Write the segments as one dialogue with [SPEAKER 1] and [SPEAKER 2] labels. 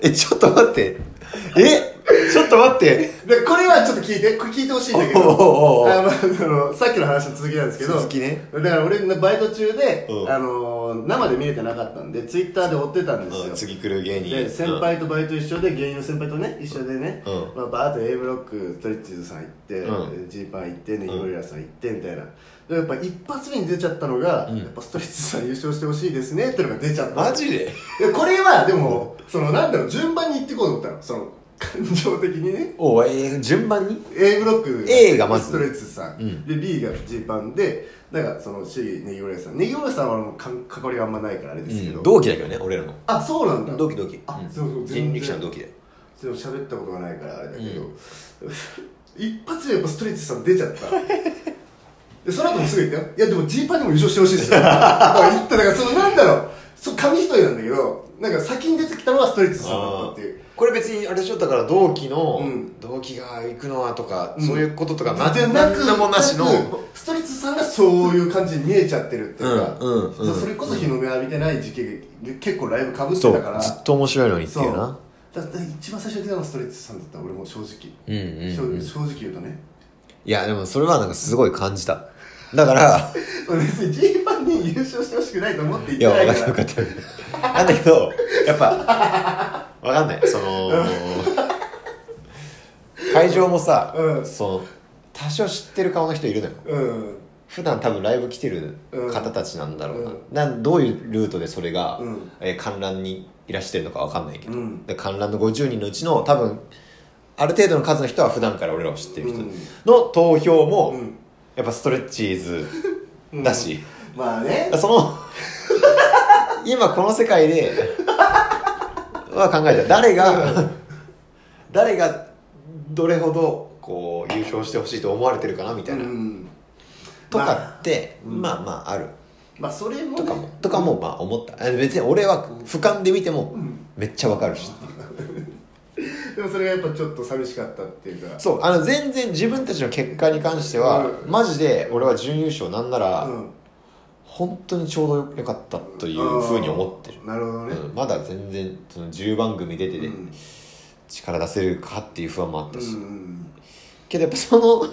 [SPEAKER 1] え、ちょっと待って。えちょっと待って。
[SPEAKER 2] でこれはちょっと聞いてこれ聞いてほしいんだけ
[SPEAKER 1] おうおうお
[SPEAKER 2] ど
[SPEAKER 1] う
[SPEAKER 2] あのそのさっきの話の 続きなんですけど
[SPEAKER 1] 続きね
[SPEAKER 2] だから俺バイト中で、
[SPEAKER 1] うん
[SPEAKER 2] あの生で見れてなかったんでツイッターで追ってたんですよ、
[SPEAKER 1] うん次来る芸人。
[SPEAKER 2] で先輩とバイト一緒で芸人の先輩とね一緒でね、
[SPEAKER 1] うん
[SPEAKER 2] まあ、バーッと A ブロックストレッチーズさん行って
[SPEAKER 1] う
[SPEAKER 2] ジー、パン行ってネギゴリラさん行ってみたいなでやっぱ一発目に出ちゃったのが、
[SPEAKER 1] うん
[SPEAKER 2] やっぱストレッチーズさん優勝してほしいですねってのが出ちゃっ
[SPEAKER 1] うん。
[SPEAKER 2] た
[SPEAKER 1] マジで
[SPEAKER 2] でこれはでもそのなんだろう順番に行ってこうと思ったのその感情的にね
[SPEAKER 1] おうえー順番に
[SPEAKER 2] A ブロック
[SPEAKER 1] A がまず
[SPEAKER 2] ストレッチーズさん、
[SPEAKER 1] うん
[SPEAKER 2] で B がジーパンでだからその C ネギゴリラさんネギゴリラさんはもうかん関わりがあんまないからあれですけど、
[SPEAKER 1] 同期だけどね、俺らの。
[SPEAKER 2] あそうなんだ
[SPEAKER 1] 同期同期。
[SPEAKER 2] あ
[SPEAKER 1] ん
[SPEAKER 2] そうそう全然
[SPEAKER 1] 人力車の同期で。
[SPEAKER 2] ちょっと喋ったことがないからあれだけど、 一発でやっぱストレッチさん出ちゃったでその後もすぐ言ったよいやでもジーパンにも優勝してほしい ですよだから言っただからそのなんだろうそう紙一重なんだけどなんか先に出てきたのはストレッチさんだったっていう
[SPEAKER 1] これ別にあれでしょだから同期の、
[SPEAKER 2] うん
[SPEAKER 1] 同期が行くのはとか、
[SPEAKER 2] うん
[SPEAKER 1] そういうこととかな
[SPEAKER 2] 全然
[SPEAKER 1] なんなもなしの
[SPEAKER 2] ストレッチさんがそういう感じに見えちゃってるっていうか、
[SPEAKER 1] うんうんうん
[SPEAKER 2] そうそれこそ日の目浴びてない時期で結構ライブかぶって
[SPEAKER 1] そ
[SPEAKER 2] たか
[SPEAKER 1] う
[SPEAKER 2] ら
[SPEAKER 1] ずっと面白いのにって
[SPEAKER 2] そう
[SPEAKER 1] いうな
[SPEAKER 2] だだ一番最初に出たのはストレッチさんだった俺も正直、
[SPEAKER 1] うんうん、うん、い
[SPEAKER 2] 正直言うとね
[SPEAKER 1] やでもそれはなんかすごい感じただから
[SPEAKER 2] 俺別に G パンに優勝してほしくないと思って
[SPEAKER 1] い
[SPEAKER 2] 言
[SPEAKER 1] や
[SPEAKER 2] って
[SPEAKER 1] 分
[SPEAKER 2] な
[SPEAKER 1] か
[SPEAKER 2] い
[SPEAKER 1] った
[SPEAKER 2] から
[SPEAKER 1] 分かったなんだけどやっぱ分かんないその会場もさ、
[SPEAKER 2] うん
[SPEAKER 1] その多少知ってる顔の人いるのよ
[SPEAKER 2] うん
[SPEAKER 1] 普段多分ライブ来てる方たちなんだろうな,、
[SPEAKER 2] うん
[SPEAKER 1] なんどういうルートでそれが、
[SPEAKER 2] うん
[SPEAKER 1] えー観覧にいらしてるのかわかんないけど、
[SPEAKER 2] うん
[SPEAKER 1] で観覧の50人のうちの多分ある程度の数の人は普段から俺らを知ってる人
[SPEAKER 2] うん
[SPEAKER 1] の投票も、
[SPEAKER 2] うん
[SPEAKER 1] やっぱストレッチーズだし、
[SPEAKER 2] まあね
[SPEAKER 1] その今この世界では考えた誰が誰がどれほどこう優勝してほしいと思われてるかなみたいな、
[SPEAKER 2] うん
[SPEAKER 1] とかって、
[SPEAKER 2] まあうん
[SPEAKER 1] まあまあある
[SPEAKER 2] まあそれも
[SPEAKER 1] と
[SPEAKER 2] ね
[SPEAKER 1] かもとかもまあ思ったあ別に俺は俯瞰で見ても
[SPEAKER 2] ん
[SPEAKER 1] めっちゃわかるしっていう
[SPEAKER 2] でもそれがやっぱちょっと寂しかったっていうか
[SPEAKER 1] そうあの全然自分たちの結果に関しては
[SPEAKER 2] うん
[SPEAKER 1] マジで俺は準優勝なんなら
[SPEAKER 2] ん
[SPEAKER 1] 本当にちょうどよかったというふうに思ってる、
[SPEAKER 2] なるほどね
[SPEAKER 1] うん、まだ全然その10番組出てて
[SPEAKER 2] うん
[SPEAKER 1] 力出せるかっていう不安もあった
[SPEAKER 2] う
[SPEAKER 1] し、
[SPEAKER 2] ん
[SPEAKER 1] けどやっぱその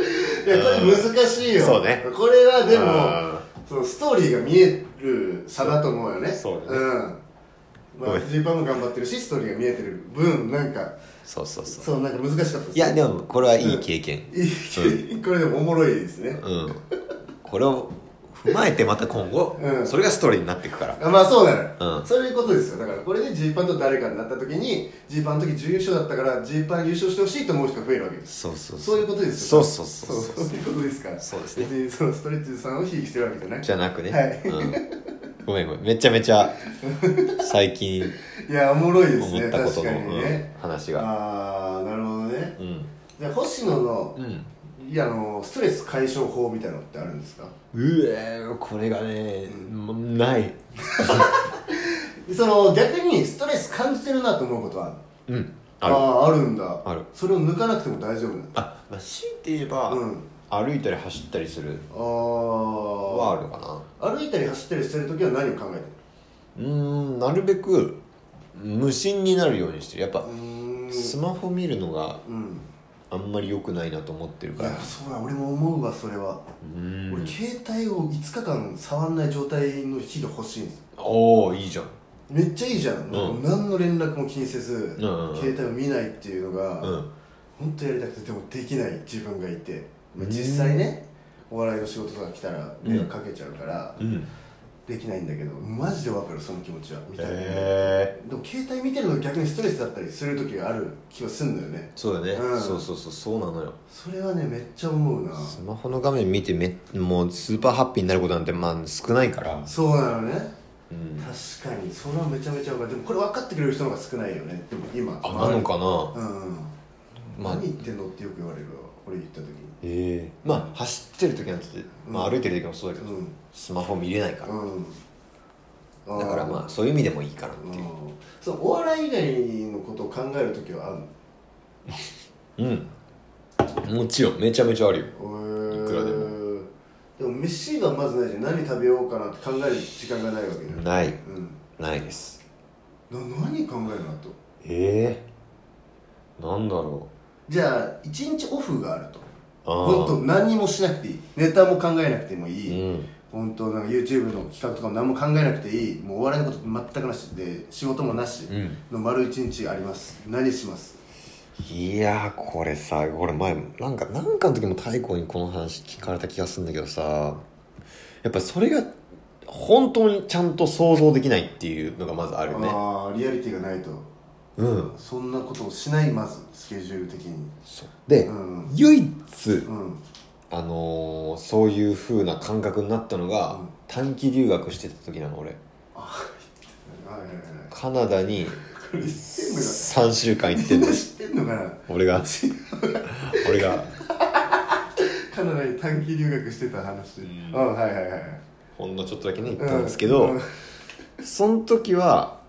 [SPEAKER 2] いやこれ難しいよ
[SPEAKER 1] そうね
[SPEAKER 2] これは でも
[SPEAKER 1] あ
[SPEAKER 2] そのストーリーが見える差だと思うよね
[SPEAKER 1] そうそうだね
[SPEAKER 2] うん
[SPEAKER 1] ご
[SPEAKER 2] まあ
[SPEAKER 1] めん
[SPEAKER 2] ジーパンも頑張ってるしストーリーが見えてる分なんか
[SPEAKER 1] ーそうそうそう
[SPEAKER 2] そうなんか難しかったです
[SPEAKER 1] いやでもこれはいい経験、
[SPEAKER 2] いいこれでもおもろいですね
[SPEAKER 1] うん、これを踏まえてまた今後、
[SPEAKER 2] うん
[SPEAKER 1] それがストーリーになっていくから
[SPEAKER 2] あまあそうだね、
[SPEAKER 1] うん
[SPEAKER 2] そういうことですよだからこれでジーパンと誰かになった時にジーパンの時準優勝だったからジーパン優勝してほしいと思う人が増えるわけです
[SPEAKER 1] そうそう
[SPEAKER 2] そういうことです
[SPEAKER 1] そ
[SPEAKER 2] よ
[SPEAKER 1] うそうそうそう
[SPEAKER 2] そういうことですから
[SPEAKER 1] そうですね
[SPEAKER 2] 別にそのストレッチーズさんをひいきしてるわけじゃない
[SPEAKER 1] じゃなくね、
[SPEAKER 2] はい
[SPEAKER 1] うん、ごめんごめんめちゃめちゃ最近
[SPEAKER 2] いやおもろいです
[SPEAKER 1] 思
[SPEAKER 2] ね
[SPEAKER 1] ったこと
[SPEAKER 2] 確
[SPEAKER 1] の、
[SPEAKER 2] かにね、
[SPEAKER 1] うん話が
[SPEAKER 2] ああなるほどね
[SPEAKER 1] うん
[SPEAKER 2] じゃあ星野の
[SPEAKER 1] うん
[SPEAKER 2] いやあのストレス解消法みたいなのってあるんですか
[SPEAKER 1] うえーこれがね、
[SPEAKER 2] ん
[SPEAKER 1] ない
[SPEAKER 2] その逆にストレス感じてるなと思うことはある
[SPEAKER 1] うん
[SPEAKER 2] あ
[SPEAKER 1] ある
[SPEAKER 2] あーあるんだ
[SPEAKER 1] ある
[SPEAKER 2] それを抜かなくても大丈夫なの
[SPEAKER 1] あ、まあ、強いて言えば、
[SPEAKER 2] うん
[SPEAKER 1] 歩いたり走ったりする
[SPEAKER 2] あ
[SPEAKER 1] はあ
[SPEAKER 2] ー
[SPEAKER 1] るかな
[SPEAKER 2] 歩いたり走ったりしてる時は何を考えてる
[SPEAKER 1] うーんなるべく無心になるようにしてるやっぱ、
[SPEAKER 2] うーん
[SPEAKER 1] スマホ見るのが
[SPEAKER 2] うん
[SPEAKER 1] あんまり良くないなと思ってる
[SPEAKER 2] い
[SPEAKER 1] から
[SPEAKER 2] やそうだ俺も思うわそれは、
[SPEAKER 1] うー
[SPEAKER 2] 俺
[SPEAKER 1] ん
[SPEAKER 2] 携帯を5日間触んない状態の日が欲しいんです
[SPEAKER 1] おおいいじゃん
[SPEAKER 2] めっちゃいいじゃん、
[SPEAKER 1] うん
[SPEAKER 2] 何の連絡も気にせず、
[SPEAKER 1] うんうんうん
[SPEAKER 2] 携帯を見ないっていうのが、
[SPEAKER 1] うん
[SPEAKER 2] 本当やりたくてでもできない自分がいてまあ実際ねお笑いの仕事とか来たら迷惑かけちゃうから、
[SPEAKER 1] うん
[SPEAKER 2] できないんだけどマジでわかるその気持ちはみたいな、
[SPEAKER 1] え
[SPEAKER 2] でも携帯見てるの逆にストレスだったりする時がある気はすんのよね
[SPEAKER 1] そうだね、
[SPEAKER 2] うん
[SPEAKER 1] そうそうそうそうなのよ
[SPEAKER 2] それはねめっちゃ思うな
[SPEAKER 1] スマホの画面見てめもうスーパーハッピーになることなんてまあ少ないから
[SPEAKER 2] そうなのね
[SPEAKER 1] うん
[SPEAKER 2] 確かにそれはめちゃめちゃ分かるでもこれ分かってくれる人の方が少ないよねでも今
[SPEAKER 1] あなのかな
[SPEAKER 2] うん、
[SPEAKER 1] まあ
[SPEAKER 2] 何言ってんのってよく言われるわ俺言った時に
[SPEAKER 1] ええまあ走ってる時なんて、まあ、歩いてる時もそうだけど、
[SPEAKER 2] うん
[SPEAKER 1] スマホ見れないから、
[SPEAKER 2] うん
[SPEAKER 1] だからまあそういう意味でもいいからっ
[SPEAKER 2] うん
[SPEAKER 1] ていう
[SPEAKER 2] そうお笑い以外のことを考える時はある
[SPEAKER 1] うん、もちろんめちゃめちゃあるよ
[SPEAKER 2] の
[SPEAKER 1] いくらで
[SPEAKER 2] もでも飯がまずないじゃん何食べようかなって考える時間がないわけじゃん
[SPEAKER 1] ない
[SPEAKER 2] うん
[SPEAKER 1] ないです
[SPEAKER 2] な何考えるなと
[SPEAKER 1] ええなんだろ
[SPEAKER 2] じゃあ1日オフがあると
[SPEAKER 1] うあ
[SPEAKER 2] 本当
[SPEAKER 1] ー
[SPEAKER 2] 何にもしなくていいネタも考えなくてもいい、
[SPEAKER 1] うん
[SPEAKER 2] 本当なんか YouTube の企画とかも何も考えなくていいもうお笑いのこと全くなしで仕事もなし
[SPEAKER 1] うん
[SPEAKER 2] の丸一日あります何します
[SPEAKER 1] いやーこれさこれ前なんかなんかの時も太鼓にこの話聞かれた気がするんだけどさやっぱそれが本当にちゃんと想像できないっていうのがまずあるよね
[SPEAKER 2] ああリアリティがないと
[SPEAKER 1] うん
[SPEAKER 2] そんなことをしないまずスケジュール的に
[SPEAKER 1] そうで、
[SPEAKER 2] うん
[SPEAKER 1] 唯一
[SPEAKER 2] うん
[SPEAKER 1] あのーそういう風な感覚になったのが、
[SPEAKER 2] うん
[SPEAKER 1] 短期留学してた時なの俺
[SPEAKER 2] はいはいはい
[SPEAKER 1] カナダに
[SPEAKER 2] これ知ってんのか
[SPEAKER 1] 3週間行って
[SPEAKER 2] み
[SPEAKER 1] ん
[SPEAKER 2] ん
[SPEAKER 1] の
[SPEAKER 2] な知ってんのかな
[SPEAKER 1] 俺が俺が
[SPEAKER 2] カナダに短期留学してた話
[SPEAKER 1] うん
[SPEAKER 2] あはいはいはいはい
[SPEAKER 1] ほんのちょっとだけね行
[SPEAKER 2] う
[SPEAKER 1] ったんですけど、
[SPEAKER 2] うん
[SPEAKER 1] その時は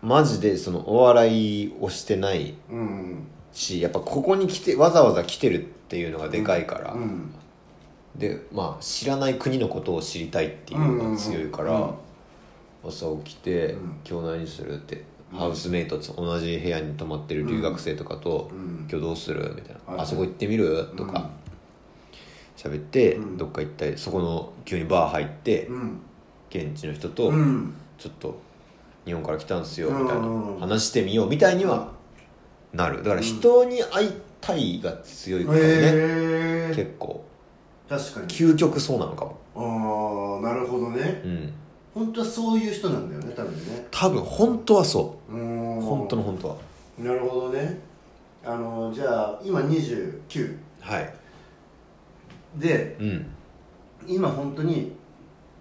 [SPEAKER 1] マジでそのお笑いをしてない
[SPEAKER 2] うん
[SPEAKER 1] しやっぱここに来てわざわざ来てるっていうのがでかいから、
[SPEAKER 2] うん
[SPEAKER 1] でまあ知らない国のことを知りたいっていうのが強いから、
[SPEAKER 2] うんうんうん
[SPEAKER 1] 朝起きて、
[SPEAKER 2] うん
[SPEAKER 1] 今日何する?」って、
[SPEAKER 2] うん
[SPEAKER 1] ハウスメイトと同じ部屋に泊まってる留学生とかと「
[SPEAKER 2] うん
[SPEAKER 1] 今日どうする?」みたいな、
[SPEAKER 2] はい
[SPEAKER 1] あそこ行ってみる?」とか喋って、
[SPEAKER 2] うん
[SPEAKER 1] どっか行ったりそこの急にバー入って、
[SPEAKER 2] うん
[SPEAKER 1] 現地の人
[SPEAKER 2] う
[SPEAKER 1] と
[SPEAKER 2] ん
[SPEAKER 1] 「ちょっと日本から来たんすよ」
[SPEAKER 2] うん
[SPEAKER 1] みたい
[SPEAKER 2] うんうん
[SPEAKER 1] な話してみようみたいにはなるだから人に会いたいが強いからね、
[SPEAKER 2] へえ
[SPEAKER 1] 結構
[SPEAKER 2] 確かに
[SPEAKER 1] 究極そうなのかも
[SPEAKER 2] ああなるほどね
[SPEAKER 1] うん
[SPEAKER 2] 本当はそういう人なんだよね多分ね
[SPEAKER 1] 多分本当はそう
[SPEAKER 2] ー
[SPEAKER 1] うん本当の本当は
[SPEAKER 2] なるほどねあのじゃあ今29
[SPEAKER 1] はい
[SPEAKER 2] で
[SPEAKER 1] うん
[SPEAKER 2] 今本当に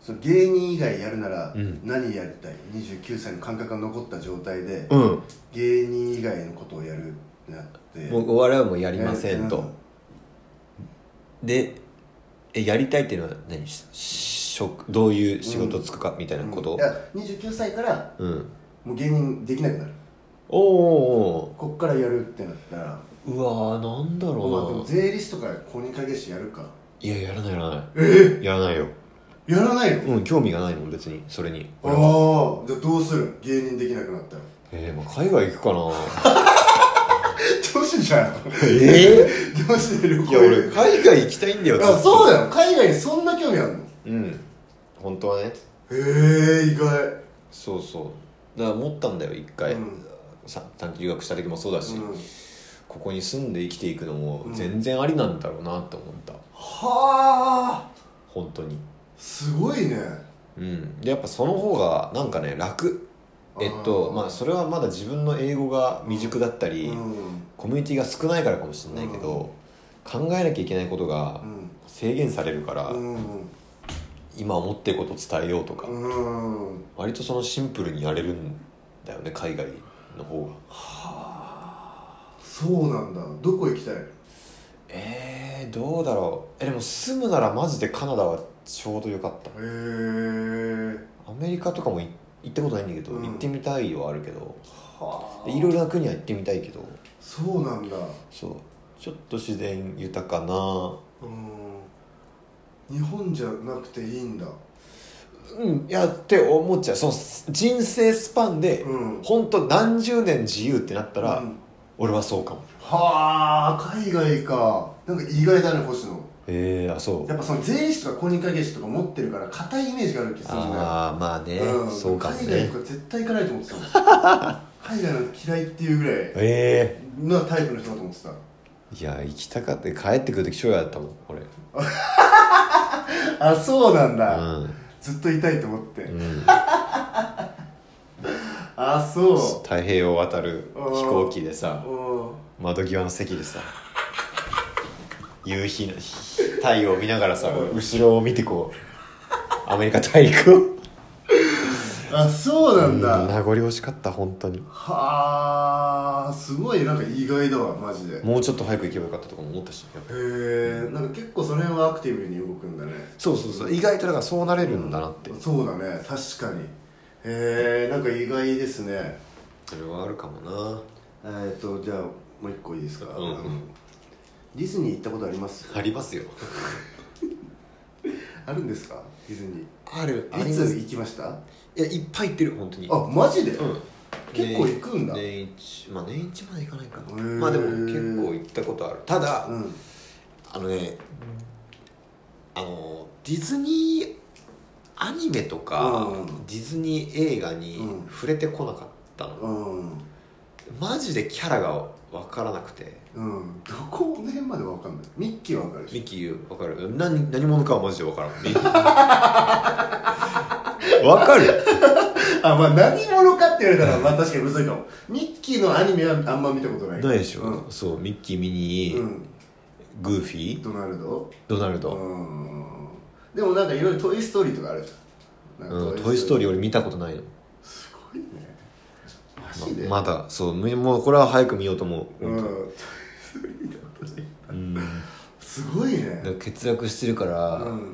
[SPEAKER 2] その芸人以外やるなら
[SPEAKER 1] うん
[SPEAKER 2] 何やりたい、29歳の感覚が残った状態で
[SPEAKER 1] うん
[SPEAKER 2] 芸人以外のことをやるってなって
[SPEAKER 1] もうお笑いはもうやりませんと、でえやりたいっていうのは何し職どういう仕事つくかみたいなこと、
[SPEAKER 2] いや29歳から
[SPEAKER 1] うん
[SPEAKER 2] もう芸人できなくなる
[SPEAKER 1] おお
[SPEAKER 2] こっからやるってなったら
[SPEAKER 1] ーおーおーうわーなんだ
[SPEAKER 2] まあでも
[SPEAKER 1] ろうな
[SPEAKER 2] 税理士とか公認会計士やるか
[SPEAKER 1] いややらないやらない
[SPEAKER 2] え
[SPEAKER 1] やらないよ
[SPEAKER 2] やらないの
[SPEAKER 1] うん興味がないもん別にそれに
[SPEAKER 2] あ
[SPEAKER 1] 俺は
[SPEAKER 2] あじゃあどうする芸人できなくなったら
[SPEAKER 1] えー、まあ海外行くかな
[SPEAKER 2] 女子じゃ ん
[SPEAKER 1] え
[SPEAKER 2] 女子で旅
[SPEAKER 1] ー、
[SPEAKER 2] 行
[SPEAKER 1] いや俺海外行きたいんだよ
[SPEAKER 2] あそう
[SPEAKER 1] だ
[SPEAKER 2] だよ海外にそんな興味あるのへ
[SPEAKER 1] うん本当はね
[SPEAKER 2] え意外
[SPEAKER 1] そうそうだから思ったんだよ一回、
[SPEAKER 2] うん
[SPEAKER 1] さ短期留学した時もそうだし、
[SPEAKER 2] うん
[SPEAKER 1] ここに住んで生きていくのも
[SPEAKER 2] うん
[SPEAKER 1] 全然ありなんだろうなって思った
[SPEAKER 2] はあ
[SPEAKER 1] 本当に
[SPEAKER 2] すごいね
[SPEAKER 1] うんでやっぱその方がなんかね楽えっと
[SPEAKER 2] あー
[SPEAKER 1] まあそれはまだ自分の英語が未熟だった
[SPEAKER 2] う
[SPEAKER 1] り、
[SPEAKER 2] んうん
[SPEAKER 1] コミュニティが少ないからかもしれないけど、考えなきゃいけないことが制限されるから、
[SPEAKER 2] うん
[SPEAKER 1] 今思ってることを伝えようとか、
[SPEAKER 2] うん
[SPEAKER 1] 割とそのシンプルにやれるんだよね海外の方が
[SPEAKER 2] そうなんだどこ行きたい
[SPEAKER 1] えー、どうだろうえでも住むならマジでカナダはちょうどよかった
[SPEAKER 2] へえ
[SPEAKER 1] アメリカとかもい行ったことないんだけど、
[SPEAKER 2] うん
[SPEAKER 1] 行ってみたいはあるけど
[SPEAKER 2] は
[SPEAKER 1] でいろいろな国は行ってみたいけど
[SPEAKER 2] そうなんだ
[SPEAKER 1] そうちょっと自然豊かな
[SPEAKER 2] うん日本じゃなくていいんだ
[SPEAKER 1] うんいやって思っちゃうその人生スパンで、
[SPEAKER 2] うん
[SPEAKER 1] ほんと何十年自由ってなったら、
[SPEAKER 2] うん
[SPEAKER 1] 俺はそうかも
[SPEAKER 2] はあ海外かなんか意外だね星野
[SPEAKER 1] ええあそう
[SPEAKER 2] やっぱその税理士とか公認会計士とか持ってるから硬いイメージがある気がするじゃない
[SPEAKER 1] ああまあね、
[SPEAKER 2] うん
[SPEAKER 1] そうかも
[SPEAKER 2] 海外
[SPEAKER 1] ね
[SPEAKER 2] とか絶対行かないと思ってたもん海外なんて嫌いっていうぐら
[SPEAKER 1] え
[SPEAKER 2] いなタイプの人だと思ってた
[SPEAKER 1] えいや行きたかった帰ってくる時翔也だったもん俺う
[SPEAKER 2] あそうなんだ、
[SPEAKER 1] ん、
[SPEAKER 2] ずっといたいと思って、
[SPEAKER 1] うん、
[SPEAKER 2] あそ
[SPEAKER 1] 太平洋を渡る飛行機でさ
[SPEAKER 2] ううん
[SPEAKER 1] 窓際の席でさ夕日の太陽を見ながらさ、
[SPEAKER 2] うん
[SPEAKER 1] 後ろを見てこうアメリカ大陸を
[SPEAKER 2] あそうなんだ、
[SPEAKER 1] うん
[SPEAKER 2] は
[SPEAKER 1] 名残惜しかった本当に
[SPEAKER 2] あすごいなんか意外だわマジでへ
[SPEAKER 1] もうちょっと早く行けばよかったとかも思ったしやっぱ
[SPEAKER 2] えんか結構その辺はアクティブに動くんだね
[SPEAKER 1] そうそうそう意外とだからそうなれるんだなって、
[SPEAKER 2] そうだね確かにへえんか意外ですね
[SPEAKER 1] それはあるかもな
[SPEAKER 2] えー、っとじゃあもう一個いいですか、
[SPEAKER 1] うんうん
[SPEAKER 2] あのディズニー行ったことあります
[SPEAKER 1] ありますよ
[SPEAKER 2] あるんですかディズニ
[SPEAKER 1] あるあ
[SPEAKER 2] ー
[SPEAKER 1] り
[SPEAKER 2] い
[SPEAKER 1] ま
[SPEAKER 2] つ
[SPEAKER 1] すい
[SPEAKER 2] 行きました
[SPEAKER 1] やいっぱい行ってる本当に
[SPEAKER 2] あマジで、
[SPEAKER 1] うん
[SPEAKER 2] 結構行くんだ、
[SPEAKER 1] 年一まあ年一まで行かないかな
[SPEAKER 2] へー
[SPEAKER 1] まあでも結構行ったことあるただ、
[SPEAKER 2] うん
[SPEAKER 1] あのねあのディズニーアニメとか、
[SPEAKER 2] うん
[SPEAKER 1] ディズニー映画に
[SPEAKER 2] うん
[SPEAKER 1] 触れてこなかったの、
[SPEAKER 2] うん
[SPEAKER 1] マジでキャラが分からなくて
[SPEAKER 2] うんどこの辺までわかんないミッキーはわかるでしょ
[SPEAKER 1] ミキ分かる何何者かはマジで分からん 分かる
[SPEAKER 2] あまあ何者かって言われたらまあ確かにむずいかもミッキーのアニメはあんま見たことない
[SPEAKER 1] ないでしょ、
[SPEAKER 2] うん
[SPEAKER 1] そうミッキーミニー、
[SPEAKER 2] うん
[SPEAKER 1] グーフィー
[SPEAKER 2] ドナルド
[SPEAKER 1] ドナルド、
[SPEAKER 2] うんでもなんかいろいろ「トイ・ストーリー」とかあるじゃんなんか
[SPEAKER 1] うん、トイ・ストーリー俺見たことないの
[SPEAKER 2] すごいねマジで、
[SPEAKER 1] ままだそうむもうこれは早く見ようと思う、
[SPEAKER 2] うん
[SPEAKER 1] 本当うん、
[SPEAKER 2] 当すごいね
[SPEAKER 1] だから欠落してるから、
[SPEAKER 2] うん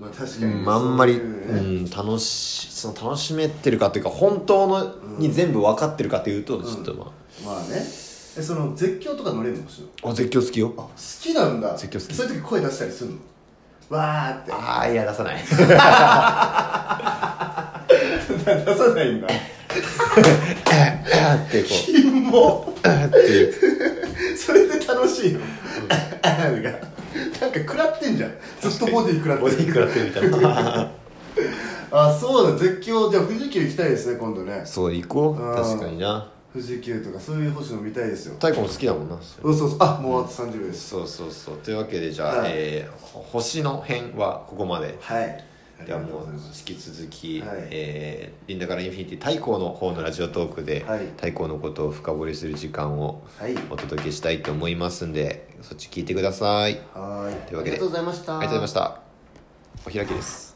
[SPEAKER 2] まあ確か
[SPEAKER 1] う
[SPEAKER 2] に、
[SPEAKER 1] ん、あんまり、
[SPEAKER 2] そういうね
[SPEAKER 1] うん、楽しその楽しめてるかというか本当のに全部分かってるかというと
[SPEAKER 2] ん
[SPEAKER 1] ちょっとま
[SPEAKER 2] まあねえその絶叫とか乗れるのしの
[SPEAKER 1] あ、あ絶叫好きよ
[SPEAKER 2] 好きなんだ
[SPEAKER 1] 絶叫好き
[SPEAKER 2] そういう時声出したりするのわーって
[SPEAKER 1] ああいや出さない
[SPEAKER 2] 出さないんだ
[SPEAKER 1] あーってこう
[SPEAKER 2] キモ
[SPEAKER 1] あーっていう
[SPEAKER 2] それで楽しいの、なんかなんか食らってんじゃんずっとボディ食らって
[SPEAKER 1] ボディー食らってるみたいな
[SPEAKER 2] あそうだ絶叫じゃあ富士急行きたいですね今度ね
[SPEAKER 1] そう行こう
[SPEAKER 2] あー
[SPEAKER 1] 確かにな
[SPEAKER 2] 富士急とかそういう星野見たいですよ
[SPEAKER 1] 太鼓も好きだもんな
[SPEAKER 2] そうそうそうあもうあと30秒です
[SPEAKER 1] そうそうそうというわけでじゃあ、
[SPEAKER 2] はい
[SPEAKER 1] えーほ星の編はここまで
[SPEAKER 2] はい
[SPEAKER 1] ではもう
[SPEAKER 2] ありがとございます
[SPEAKER 1] 引き続き、
[SPEAKER 2] はい
[SPEAKER 1] えーリンダからインフィニティ太鼓の方のラジオトークで、
[SPEAKER 2] はい
[SPEAKER 1] 太鼓のことを深掘りする時間を
[SPEAKER 2] はい
[SPEAKER 1] お届けしたいと思いますんでそっち聞いてくださいあり
[SPEAKER 2] はーい
[SPEAKER 1] というわけで
[SPEAKER 2] ありがとうございました
[SPEAKER 1] がとうございましたお開きです